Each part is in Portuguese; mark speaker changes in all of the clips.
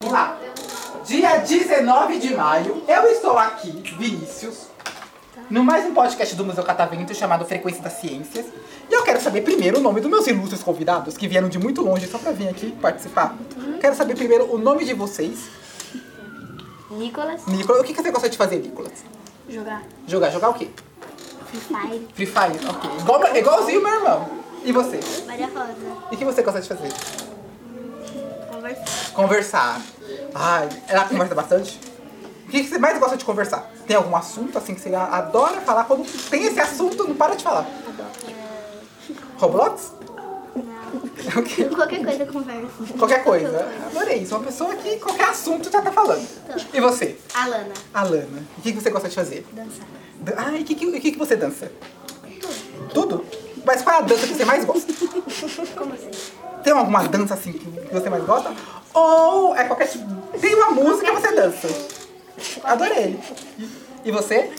Speaker 1: Vamos lá. Dia 19 de maio, eu estou aqui, Vinícius, no mais um podcast do Museu Catavento chamado Frequência das Ciências. E eu quero saber primeiro o nome dos meus ilustres convidados, que vieram de muito longe só pra vir aqui participar. Quero saber primeiro o nome de vocês.
Speaker 2: Nicolas,
Speaker 1: Nicolas, o que que você gosta de fazer, Nicolas?
Speaker 2: jogar
Speaker 1: Jogar, jogar o quê?
Speaker 2: Free Fire.
Speaker 1: Free Fire, ok. Igual- igualzinho meu irmão. E você?
Speaker 2: Maria Rosa,
Speaker 1: E o que você gosta de fazer?
Speaker 2: conversar.
Speaker 1: Conversar. Ai, ela conversa bastante? O que que você mais gosta de conversar? Tem algum assunto assim que você a- adora falar? Quando tem esse assunto, não para de falar. Roblox? Ok.
Speaker 2: Qualquer coisa conversa.
Speaker 1: Qualquer coisa. Adorei isso. Uma pessoa que qualquer assunto já tá falando. E você,
Speaker 2: Alana,
Speaker 1: Alana? O que que você gosta de fazer?
Speaker 2: dançar.
Speaker 1: Dan- Ah, e o que, que, o que que você dança? Tudo. Mas qual é a dança que você mais gosta?
Speaker 2: Como assim?
Speaker 1: Tem alguma dança assim que que você mais gosta? Ou é qualquer tipo. Tem uma música que você dança. Adorei. E você?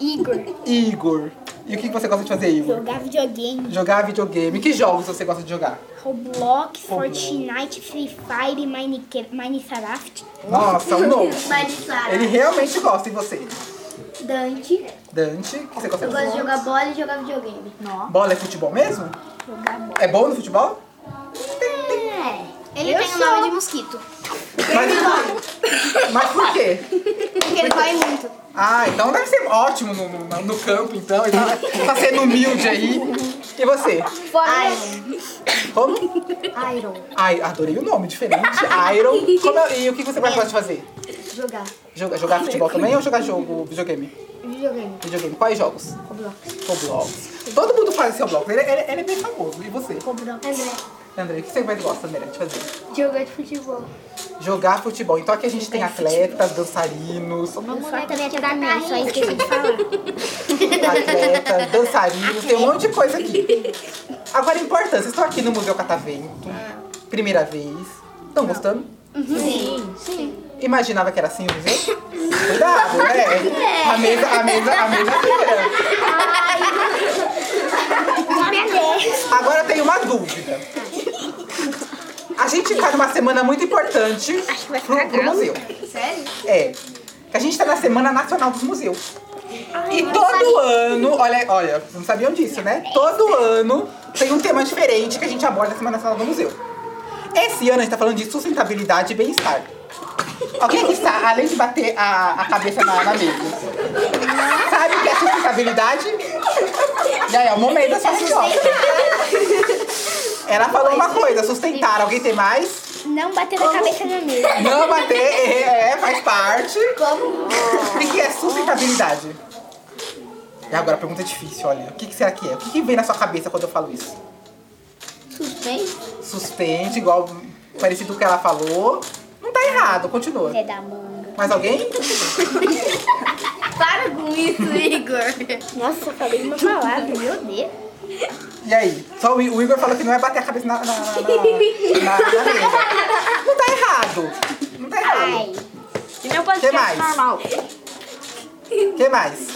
Speaker 2: Igor,
Speaker 1: Igor. E o que que você gosta de fazer, Igor?
Speaker 2: jogar videogame.
Speaker 1: Jogar videogame. Que jogos você gosta de jogar?
Speaker 2: Roblox, Fortnite, Free Fire, Minecraft. Minecraft.
Speaker 1: Nossa, um novo.
Speaker 2: Minecraft.
Speaker 1: Ele realmente gosta. E você?
Speaker 2: Dante.
Speaker 1: Dante, o que você gosta de
Speaker 2: de jogar bola e jogar videogame. Nossa.
Speaker 1: Bola é futebol mesmo?
Speaker 2: Jogar bola.
Speaker 1: É bom no futebol?
Speaker 2: É. Ele tem o nome de mosquito.
Speaker 1: Mas, mas por quê?
Speaker 2: Porque ele corre muito.
Speaker 1: Ah, então deve ser ótimo no, no, no campo, então. Ele tá, tá sendo humilde aí. E você?
Speaker 2: Fora.
Speaker 1: Como?
Speaker 2: Iron.
Speaker 1: Ai, adorei o nome, diferente. Iron. Como é- e o que você mais gosta de fazer?
Speaker 2: Jogar.
Speaker 1: Joga- jogar futebol também ou jogar jogo, videogame?
Speaker 2: Videogame.
Speaker 1: Videogame. Quais jogos?
Speaker 2: Roblox.
Speaker 1: Roblox. Todo mundo faz esse Roblox. Ele, ele- ele é bem famoso. E você?
Speaker 2: Roblox. André.
Speaker 1: André, o que você mais gosta, André, de fazer?
Speaker 2: Jogar de futebol.
Speaker 1: Jogar futebol. Então aqui a gente tem atletas, dançarinos,
Speaker 2: Só também te dar mim, só esqueci de falar.
Speaker 1: atletas, dançarinos, tem um monte de coisa aqui. Agora, importância. Estou aqui no Museu Catavento.
Speaker 2: Ah.
Speaker 1: Primeira vez. Estão gostando?
Speaker 2: Uhum. Sim. Sim.
Speaker 1: Imaginava que era assim o museu? Cuidado,
Speaker 2: É.
Speaker 1: né? A mesa, a mesa, a mesa é dura. Agora tem uma dúvida. A gente está numa semana muito importante
Speaker 2: Acho que vai
Speaker 1: pro,
Speaker 2: ficar
Speaker 1: pro
Speaker 2: galo.
Speaker 1: museu.
Speaker 2: Sério?
Speaker 1: É. A gente tá na Semana Nacional dos Museus. E todo ano, olha, olha, vocês não sabiam disso, né? Todo ano tem um tema diferente que a gente aborda na Semana Nacional do Museu. Esse ano a gente tá falando de sustentabilidade e bem-estar. Alguém que está, além de bater a, a cabeça na, na mesa, sabe o que é sustentabilidade? E aí, é o momento da sua resposta. Ela falou uma coisa, sustentar. Alguém tem mais?
Speaker 2: Não bater na cabeça na mesa.
Speaker 1: Não bater, é, é, faz parte.
Speaker 2: Como?
Speaker 1: O que que é sustentabilidade? E agora a pergunta é difícil, olha. O que, que será que é? O que, que vem na sua cabeça quando eu falo isso?
Speaker 2: Suspense.
Speaker 1: Sustente, igual parecido com o que ela falou. Não tá errado, continua.
Speaker 2: É da manga.
Speaker 1: Mais alguém?
Speaker 2: Para com isso, Igor. Nossa, eu falei uma palavra, meu Deus.
Speaker 1: E aí? Só o I- o Igor falou que não é bater a cabeça na, na, na, na- na- na mesa. Não tá errado. Não tá errado.
Speaker 2: Ai.
Speaker 3: E meu
Speaker 1: O que
Speaker 3: podcast
Speaker 1: mais?
Speaker 3: normal.
Speaker 1: O que mais?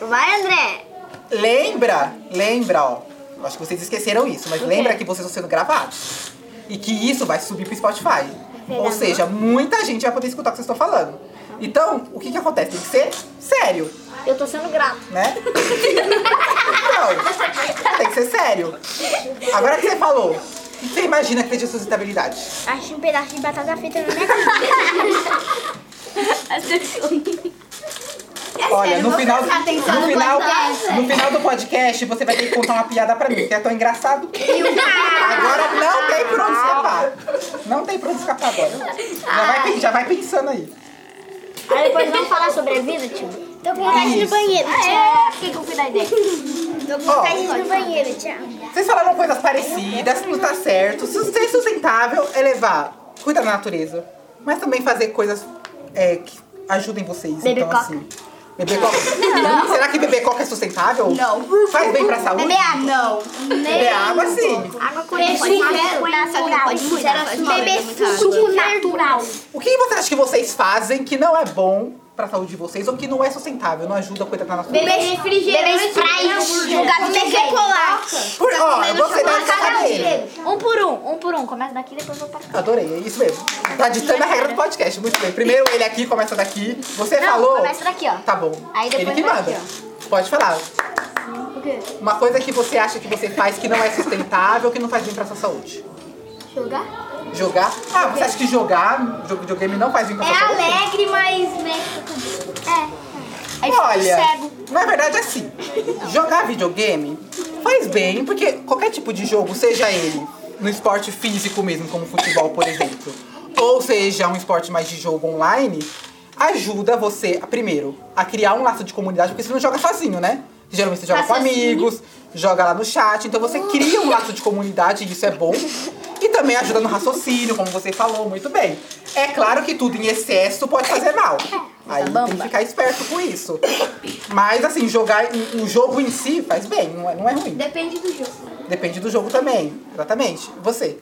Speaker 2: Vai, André.
Speaker 1: Lembra, lembra, ó. Eu Acho que vocês esqueceram isso, mas lembra que vocês estão sendo gravados. E que isso vai subir pro Spotify. Ou seja, muita gente vai poder escutar o que vocês estão falando. Então, o que que acontece? Tem que ser sério,
Speaker 2: Eu tô sendo grato.
Speaker 1: né? Não, tem que ser sério. Agora que você falou, o que você imagina que seja sustentabilidade?
Speaker 2: Achei um pedaço de batata frita na minha casa.
Speaker 3: As pessoas-
Speaker 1: Olha, no
Speaker 2: vou
Speaker 1: final,
Speaker 2: prestar atenção
Speaker 1: no,
Speaker 2: no
Speaker 1: final,
Speaker 2: podcast.
Speaker 1: no final do podcast, você vai ter que contar uma piada pra mim, que é tão engraçado. Agora não tem pra onde escapar. Não tem pra onde escapar agora.
Speaker 2: Ah.
Speaker 1: Já vai, pen- já vai pensando aí.
Speaker 2: Aí depois vamos falar sobre a vida, tio. Tô com vontade de ir no banheiro, tio. é? Fiquei com cuidado ideia. Tô com
Speaker 1: Ó.
Speaker 2: vontade de ir no banheiro, tio.
Speaker 1: Vocês falaram coisas parecidas, não tá certo. Su- Ser sustentável é levar, cuidar da natureza, mas também fazer coisas é, que ajudem vocês.
Speaker 2: Beber
Speaker 1: então,
Speaker 2: coca.
Speaker 1: assim. Beber coca. Será que beber coca é sustentável?
Speaker 4: Não.
Speaker 1: Faz bem pra
Speaker 2: É
Speaker 1: saúde?
Speaker 4: Beber água? Não.
Speaker 1: Beber É água, sim.
Speaker 2: Água com
Speaker 4: Beber
Speaker 2: limão.
Speaker 4: zero, só que não pode
Speaker 2: Zero
Speaker 4: mudar,
Speaker 2: açúcar.
Speaker 4: pode mudar,
Speaker 2: Beber
Speaker 4: muita água.
Speaker 2: suco natural.
Speaker 1: O que vocês acham que vocês fazem que não é bom pra saúde de vocês ou que não é sustentável, não ajuda a cuidar da nossa saúde?
Speaker 2: Beber é Sprite. Jogar
Speaker 4: chocolate.
Speaker 1: Por,
Speaker 2: tá
Speaker 1: ó, você dá essa cadeira.
Speaker 2: Um por um, um por um. Começa daqui, depois vou pra cá.
Speaker 1: Adorei, é isso mesmo. Tá ditando a regra do podcast, muito bem. Primeiro ele aqui, começa daqui. Você
Speaker 2: Não,
Speaker 1: falou.
Speaker 2: começa daqui, ó.
Speaker 1: Tá bom.
Speaker 2: Aí depois
Speaker 1: ele que
Speaker 2: vai
Speaker 1: manda.
Speaker 2: aqui,
Speaker 1: Pode falar.
Speaker 2: O quê?
Speaker 1: Uma coisa que você acha que você faz que não é sustentável, que não faz bem pra sua saúde.
Speaker 2: Jogar?
Speaker 1: Jogar? Ah, você acha que jogar, jogo videogame não faz bem pra
Speaker 2: É
Speaker 1: sua saúde?
Speaker 2: alegre, mas mexe com É. Aí
Speaker 1: Olha,
Speaker 2: fica cego.
Speaker 1: na verdade é assim. Jogar videogame faz bem, porque qualquer tipo de jogo, seja ele no esporte físico mesmo, como futebol, por exemplo, ou seja um esporte mais de jogo online, ajuda você, primeiro, a criar um laço de comunidade, porque você não joga sozinho, né? Geralmente você joga com amigos, joga lá no chat, então você cria um laço de comunidade e isso é bom. E também ajuda no raciocínio, como você falou, muito bem. É claro que tudo em excesso pode fazer mal. Aí tem que ficar esperto com isso. Mas assim, jogar em- o jogo em si faz bem, não é, não é ruim.
Speaker 2: Depende do jogo.
Speaker 1: Depende do jogo também, exatamente. Você,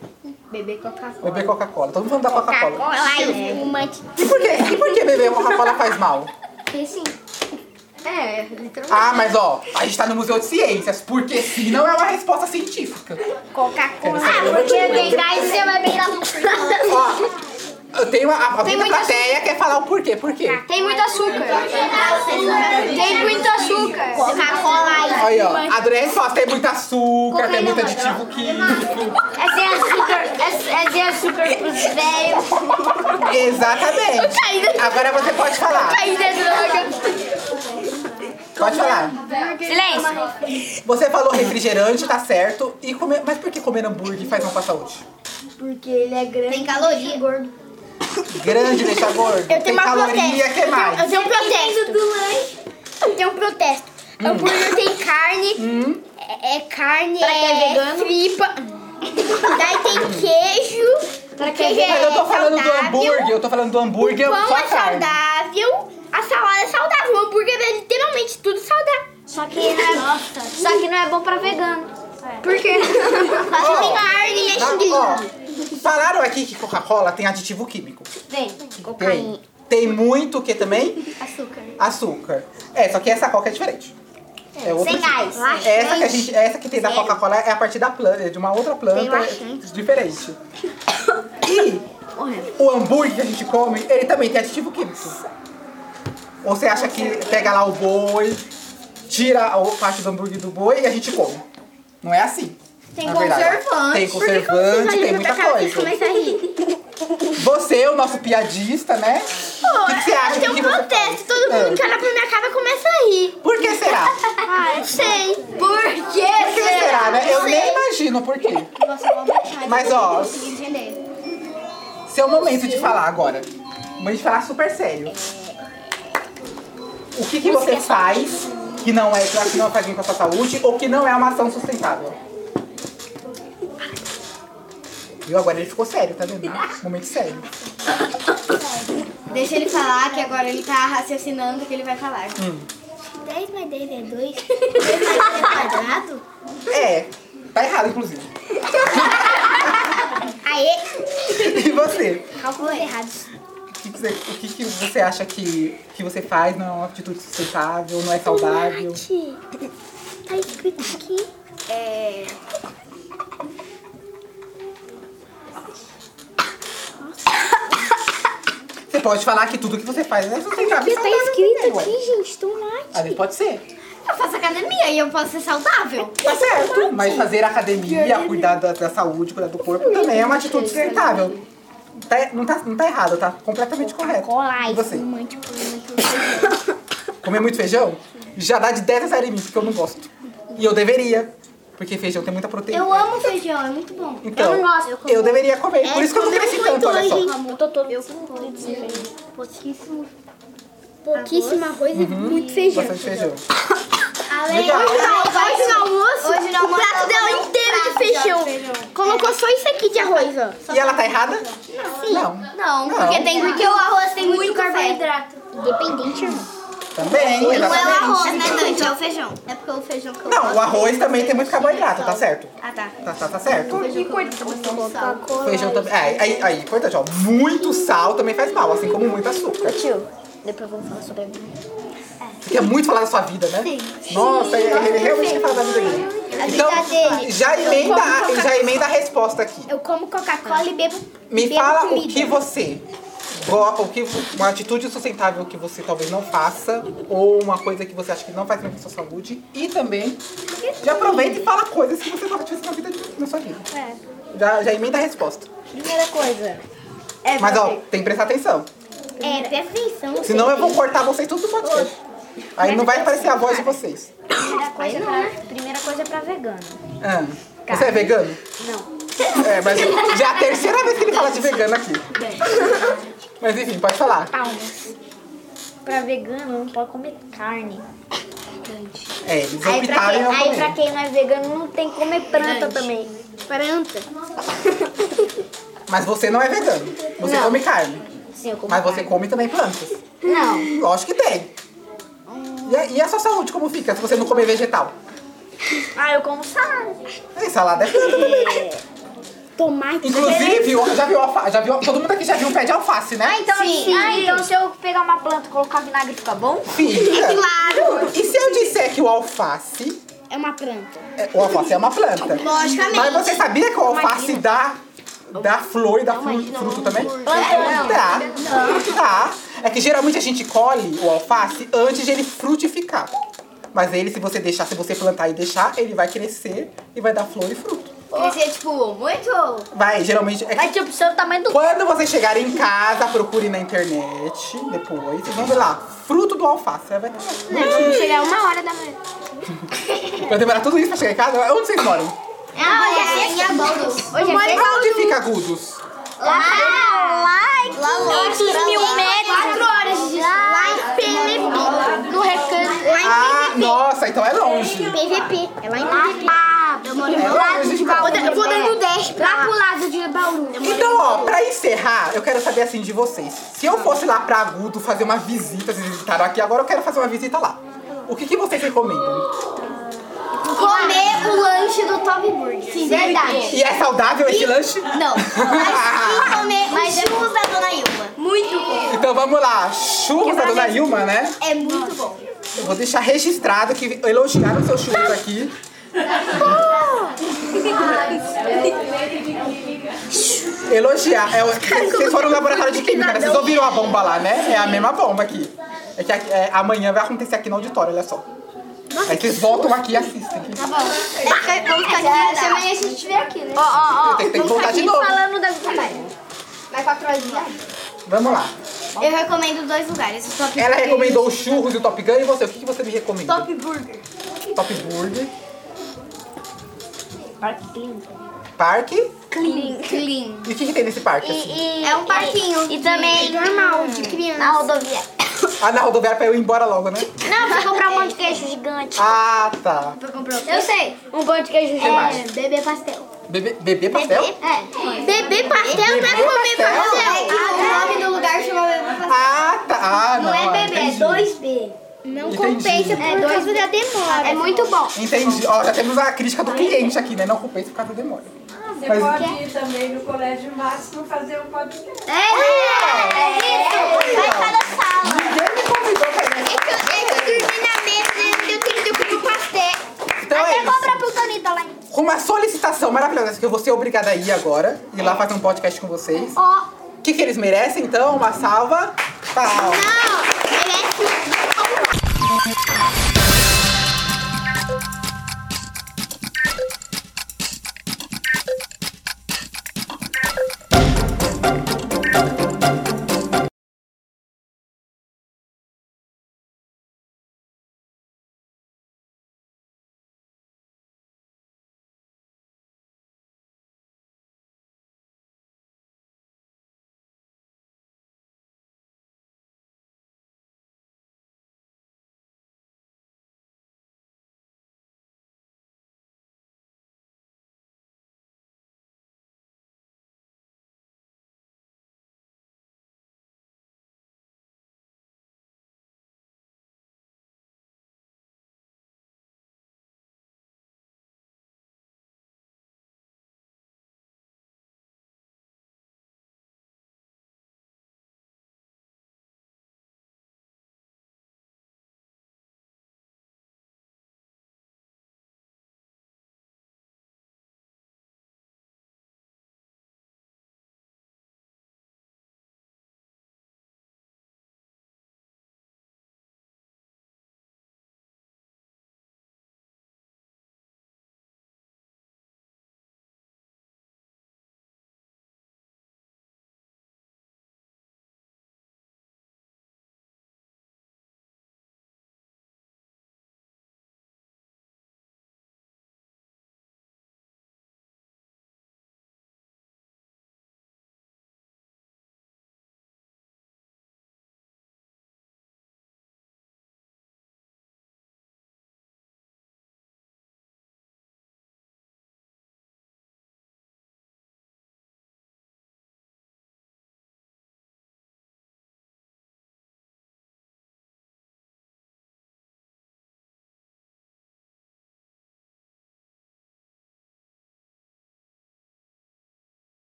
Speaker 4: Beber Coca-Cola.
Speaker 1: beber Coca-Cola. Todo mundo falando da Coca-Cola.
Speaker 2: Cola e é espumante.
Speaker 1: E por quê? E por que beber Coca-Cola faz mal?
Speaker 2: Porque sim.
Speaker 4: É, literalmente.
Speaker 1: Ah, mas ó, a gente tá no Museu de Ciências, porque se não é uma resposta científica.
Speaker 2: Coca-Cola.
Speaker 1: Ah,
Speaker 2: Tá porque tem gás e você vai beijar no
Speaker 1: Ó, eu tenho a, a
Speaker 4: Tem
Speaker 1: minha
Speaker 4: muita
Speaker 1: plateia quer falar o porquê, por quê?
Speaker 2: Tá.
Speaker 4: Tem muito açúcar. Tem muito açúcar.
Speaker 2: Coca-Cola
Speaker 1: Aí, ó, adorei a resposta. Tem muito açúcar, tem
Speaker 2: Cocaína
Speaker 1: muito
Speaker 2: é uma
Speaker 1: aditivo químico.
Speaker 2: e... É sem açúcar, é, é sem açúcar pros velhos.
Speaker 1: Exatamente.
Speaker 2: Tá
Speaker 1: Agora você pode falar.
Speaker 2: Ainda é droga.
Speaker 1: Pode falar.
Speaker 2: Silêncio.
Speaker 1: Você falou refrigerante, tá certo. E comer, mas por que comer hambúrguer faz mal pra saúde?
Speaker 2: Porque ele é grande.
Speaker 4: Tem caloria.
Speaker 2: gordo.
Speaker 1: Grande, deixa gordo.
Speaker 2: Eu tenho
Speaker 1: tem
Speaker 2: uma
Speaker 1: caloria, que mais?
Speaker 2: Eu tenho um protesto. Eu tenho um protesto.
Speaker 1: Hum.
Speaker 2: Hambúrguer tem carne. É, é carne,
Speaker 4: Pra quem é
Speaker 2: é,
Speaker 4: vegano.
Speaker 2: tripa. Daí tem queijo. Pra é queijo
Speaker 1: Mas eu tô falando
Speaker 2: saudável.
Speaker 1: do hambúrguer, eu tô falando do hambúrguer
Speaker 2: O pão
Speaker 1: só
Speaker 2: é
Speaker 1: carne.
Speaker 2: saudável, a salada é saudável, o hambúrguer é literalmente tudo saudável. Só que não é, só que não é bom pra vegano. Por quê? Só
Speaker 1: Ó,
Speaker 2: tem carne e
Speaker 1: Tá?
Speaker 2: xinguinho.
Speaker 1: Ó, falaram aqui que Coca-Cola tem aditivo químico.
Speaker 2: Vem,
Speaker 1: Tem. Tem muito o que também?
Speaker 2: açúcar.
Speaker 1: Açúcar. É, só que essa Coca é diferente. É outra
Speaker 2: Sem
Speaker 1: tipo.
Speaker 2: gás. Laxante.
Speaker 1: Essa que, a gente, essa que tem da Coca-Cola é a partir da planta, de uma outra
Speaker 2: Tem
Speaker 1: planta
Speaker 2: laxante.
Speaker 1: diferente. E o hambúrguer que a gente come, ele também tem aditivo químico. Ou você acha que pega lá o boi, tira a parte do hambúrguer do boi e a gente come. Não é assim.
Speaker 2: Tem
Speaker 1: na verdade.
Speaker 4: conservante.
Speaker 1: Tem conservante, tem muita coisa. Você, o nosso piadista, né? O que, que você acha?
Speaker 2: Eu tenho
Speaker 1: que
Speaker 2: um
Speaker 1: você
Speaker 2: protesto,
Speaker 1: faz?
Speaker 2: todo
Speaker 1: Ah.
Speaker 2: mundo que olha pra minha cara começa a rir.
Speaker 1: Por que será?
Speaker 2: Ah, não sei. Por quê?
Speaker 1: Por que será, né? Eu nem imagino por quê. Mas, ó, seu momento de falar agora. Momento de falar super sério. O que, que você faz que não é que não faz bem pra sua saúde ou que não é uma ação sustentável? Viu? Agora ele ficou sério, tá vendo? Momento sério.
Speaker 4: Deixa ele falar que agora ele tá raciocinando o que ele vai falar.
Speaker 1: Hum.
Speaker 2: 10 mais 10 é 2. 10 mais 10 é quadrado?
Speaker 1: É, tá errado, inclusive.
Speaker 2: Aê,
Speaker 1: E você?
Speaker 2: cálculo errado.
Speaker 1: O que, que você, o que, que você acha que, que você faz não é uma atitude sustentável, não é saudável?
Speaker 2: Tá escrito aqui.
Speaker 4: É.
Speaker 1: Você pode falar que tudo que você faz é sustentável. e saudável
Speaker 2: tá
Speaker 1: também,
Speaker 2: escrito
Speaker 1: ué.
Speaker 2: aqui, gente, tomate.
Speaker 1: Ah, mas pode ser.
Speaker 4: Eu faço academia e eu posso ser saudável.
Speaker 1: Tá certo. Mas fazer academia, cuidar da, da saúde, cuidar do corpo também é uma atitude sustentável. Tá- não, tá, não tá errado, tá completamente correto.
Speaker 2: Cola
Speaker 1: E
Speaker 2: isso,
Speaker 1: você?
Speaker 2: muito tipo,
Speaker 1: Comer muito feijão? Já dá de 10 a 0 em mim, porque eu não gosto. E eu deveria. Porque feijão tem muita proteína.
Speaker 2: amo feijão, é muito bom.
Speaker 1: Então,
Speaker 2: eu não gosto. Eu como. É,
Speaker 1: eu deveria comer. Por isso que eu não cresci tanto, olha só.
Speaker 2: Eu tô todo eu como pouquíssimo. Pouquíssimo arroz e
Speaker 1: Uhum.
Speaker 2: muito feijão.
Speaker 1: Bastante feijão.
Speaker 2: Além
Speaker 1: Legal.
Speaker 2: Hoje no almoço, hoje no almoço,
Speaker 4: Hoje no
Speaker 2: o
Speaker 4: almoço
Speaker 2: prato
Speaker 4: ela
Speaker 2: dela
Speaker 4: colocou
Speaker 2: inteiro de
Speaker 4: um prato de
Speaker 2: feijão.
Speaker 4: feijão. É.
Speaker 2: Colocou só isso aqui de arroz, ó.
Speaker 1: E ela tá errada? Não.
Speaker 4: Não,
Speaker 1: Não.
Speaker 4: porque tem porque o arroz tem muito, carboidrato.
Speaker 2: Dependente, irmão.
Speaker 1: Também,
Speaker 4: Não é o
Speaker 1: exatamente.
Speaker 4: arroz, né, Dante? É o
Speaker 2: feijão.
Speaker 4: fe- É porque é o feijão que eu
Speaker 1: Não, o
Speaker 4: gosto.
Speaker 1: arroz também tem muito carboidrato, tá certo?
Speaker 4: Ah, tá.
Speaker 1: Tá, tá, tá certo?
Speaker 4: Que corta
Speaker 1: Feijão também. É, aí, aí, importante, ó. Muito sal também faz mal, assim como muito açúcar.
Speaker 2: Tio, depois vamos falar sobre a vida.
Speaker 1: Você quer muito falar da sua vida, né?
Speaker 4: Sim.
Speaker 1: Nossa, ele, ele realmente quer falar da vida dele.
Speaker 4: A
Speaker 1: Então,
Speaker 4: vida dele.
Speaker 1: já emenda, já emenda a resposta aqui.
Speaker 2: Eu como Coca-Cola e bebo.
Speaker 1: Me
Speaker 2: bebo
Speaker 1: fala o
Speaker 2: comida.
Speaker 1: que você. go- O que, uma atitude sustentável que você talvez não faça, ou uma coisa que você acha que não faz bem para sua saúde. E também, já aproveita e fala coisas que você talvez fizesse na, vida, de- na sua vida. Já, já emenda a resposta.
Speaker 2: É. Primeira coisa. É
Speaker 1: Mas ó, tem que prestar atenção.
Speaker 2: É, presta atenção.
Speaker 1: Senão eu vou cortar vocês tudo do podcast. Aí não vai aparecer a voz de vocês.
Speaker 2: Primeira coisa, pra, primeira coisa é pra vegano.
Speaker 1: Ah, você é vegano?
Speaker 2: Não.
Speaker 1: É, mas já é a terceira vez que ele fala de vegano aqui. Mas enfim, pode falar.
Speaker 2: Palmas. Pra vegano não pode comer carne.
Speaker 1: É, eles
Speaker 2: Aí pra,
Speaker 1: optaram
Speaker 2: quem,
Speaker 1: em não
Speaker 2: aí pra
Speaker 1: comer.
Speaker 2: quem não é vegano não tem que comer planta também. Planta?
Speaker 1: Mas você não é vegano. Você
Speaker 2: Não.
Speaker 1: come carne.
Speaker 2: Sim, eu como
Speaker 1: Mas você
Speaker 2: carne.
Speaker 1: come também plantas.
Speaker 2: Não.
Speaker 1: Lógico que tem. E a, e a sua saúde, como fica se você não comer vegetal?
Speaker 2: Ah, eu como salada.
Speaker 1: É, salada é planta também.
Speaker 2: Tomate.
Speaker 1: Inclusive, ó, já viu alface? Já viu, todo mundo aqui já viu um pé de alface, né?
Speaker 2: Então,
Speaker 4: Sim.
Speaker 2: sim. Ah, então se eu pegar uma planta e colocar vinagre fica bom?
Speaker 1: Fica.
Speaker 4: Claro.
Speaker 1: é. E se eu disser que o alface.
Speaker 2: É uma planta.
Speaker 1: é- O alface é uma planta.
Speaker 4: Logicamente.
Speaker 1: Mas você sabia que o alface dá, dá flor e dá fru- fruto também? É, Dá. Dá. É que geralmente a gente colhe o alface antes de ele frutificar. Mas ele, se você deixar, se você plantar e deixar, ele vai crescer e vai dar flor e fruto.
Speaker 4: Crescer, tipo, muito...
Speaker 1: Vai, geralmente. é que
Speaker 2: Mas tipo, seu tamanho do.
Speaker 1: Quando vocês chegarem em casa, procurem na internet depois. Vocês vão ver lá, fruto do alface. Aí Vai estar lá.
Speaker 2: Não chegar uma hora da manhã.
Speaker 1: Vai demorar tudo isso pra chegar em casa? Onde vocês moram?
Speaker 4: Ah, hoje é em agosto. Hoje é sexta.
Speaker 1: Onde fica Agudos?
Speaker 4: Lá, lá, lá.
Speaker 2: 500 mil metros.
Speaker 4: assim. Quatro horas de Lá em PVP. No recanto.
Speaker 1: Ah, nossa, então é longe.
Speaker 4: PVP. É lá em PVP. Eu moro
Speaker 1: É longe de Bauru.
Speaker 4: Eu vou dando 10 pra lá. pro lado de Bauru.
Speaker 1: Então, ó, pra encerrar, eu quero saber assim de vocês. Se eu fosse lá pra Agudos fazer uma visita, vocês visitaram aqui, agora eu quero fazer uma visita lá. O que, que vocês recomendam?
Speaker 4: Comer o lanche do Top Burger. Sim, verdade.
Speaker 1: E é saudável esse lanche?
Speaker 4: Não. Mas sim comer Mas é o churros da Dona Ilma. Muito bom.
Speaker 1: Então vamos lá, churros da Dona Ilma, né?
Speaker 4: É muito bom.
Speaker 1: Eu vou deixar registrado que elogiaram seus churros aqui. Elogiar. É, o- vocês foram no laboratório de química, né? Vocês ouviram a bomba lá, né? É a mesma bomba aqui. É que aqui- é, amanhã vai acontecer aqui no auditório, olha só. Aí vocês voltam aqui e assistem.
Speaker 4: Tá Vamos ficar aqui. Se amanhã a gente estiver aqui, né?
Speaker 1: Tem- tem, que voltar de novo.
Speaker 2: Falando das trabalho.
Speaker 4: Vai quatro horas de viagem.
Speaker 1: Vamos lá.
Speaker 4: Eu recomendo dois lugares. O Top
Speaker 1: Ela
Speaker 4: Burger.
Speaker 1: recomendou o churros e o Top Gun e você. O que, que você me recomenda?
Speaker 4: Top Burger.
Speaker 1: Top Burger.
Speaker 2: Parque clean.
Speaker 1: Parque.
Speaker 4: Clean. Clean.
Speaker 1: E o que, que tem nesse parque? assim?
Speaker 2: E,
Speaker 4: É um parquinho. É
Speaker 2: E também
Speaker 4: normal, de criança.
Speaker 2: na rodovia.
Speaker 1: Ah, na rodoviária pra eu ir embora logo, né?
Speaker 2: Não, pra comprar um pão de queijo gigante.
Speaker 1: Ah, tá.
Speaker 4: Eu sei.
Speaker 2: Um pão de queijo
Speaker 1: Que mais?
Speaker 2: gigante.
Speaker 4: Bebê pastel.
Speaker 1: Bebê, bebê pastel?
Speaker 4: É. Bebê pastel não é
Speaker 1: Bebê
Speaker 4: comer
Speaker 1: pastel?
Speaker 4: pastel. Ah, o nome do lugar chama bebê pastel.
Speaker 1: Ah, tá. Ah, não,
Speaker 4: é
Speaker 1: ah, entendi.
Speaker 4: 2B.
Speaker 2: Não
Speaker 1: Entendi. compensa
Speaker 2: por é, causa da demora.
Speaker 4: É muito bom.
Speaker 1: Entendi. Ó, já temos a crítica do cliente aqui, né? Não compensa por causa da demora.
Speaker 3: Você
Speaker 1: Mas-
Speaker 3: pode ir também no colégio máximo fazer um podcast.
Speaker 4: É, é, isso. Vai para a sala.
Speaker 1: Ninguém me convidou pra ir.
Speaker 4: É que eu, é que eu dormi na mesa e eu tenho que comer um pastel.
Speaker 1: Então é isso.
Speaker 4: pro Tonita lá.
Speaker 1: Com uma solicitação maravilhosa que eu vou ser obrigada a ir agora. Ir lá fazer um podcast com vocês.
Speaker 4: Ó.
Speaker 1: O que, que eles merecem, então? Uma salva. Palmas.
Speaker 2: no.
Speaker 4: Não, merece.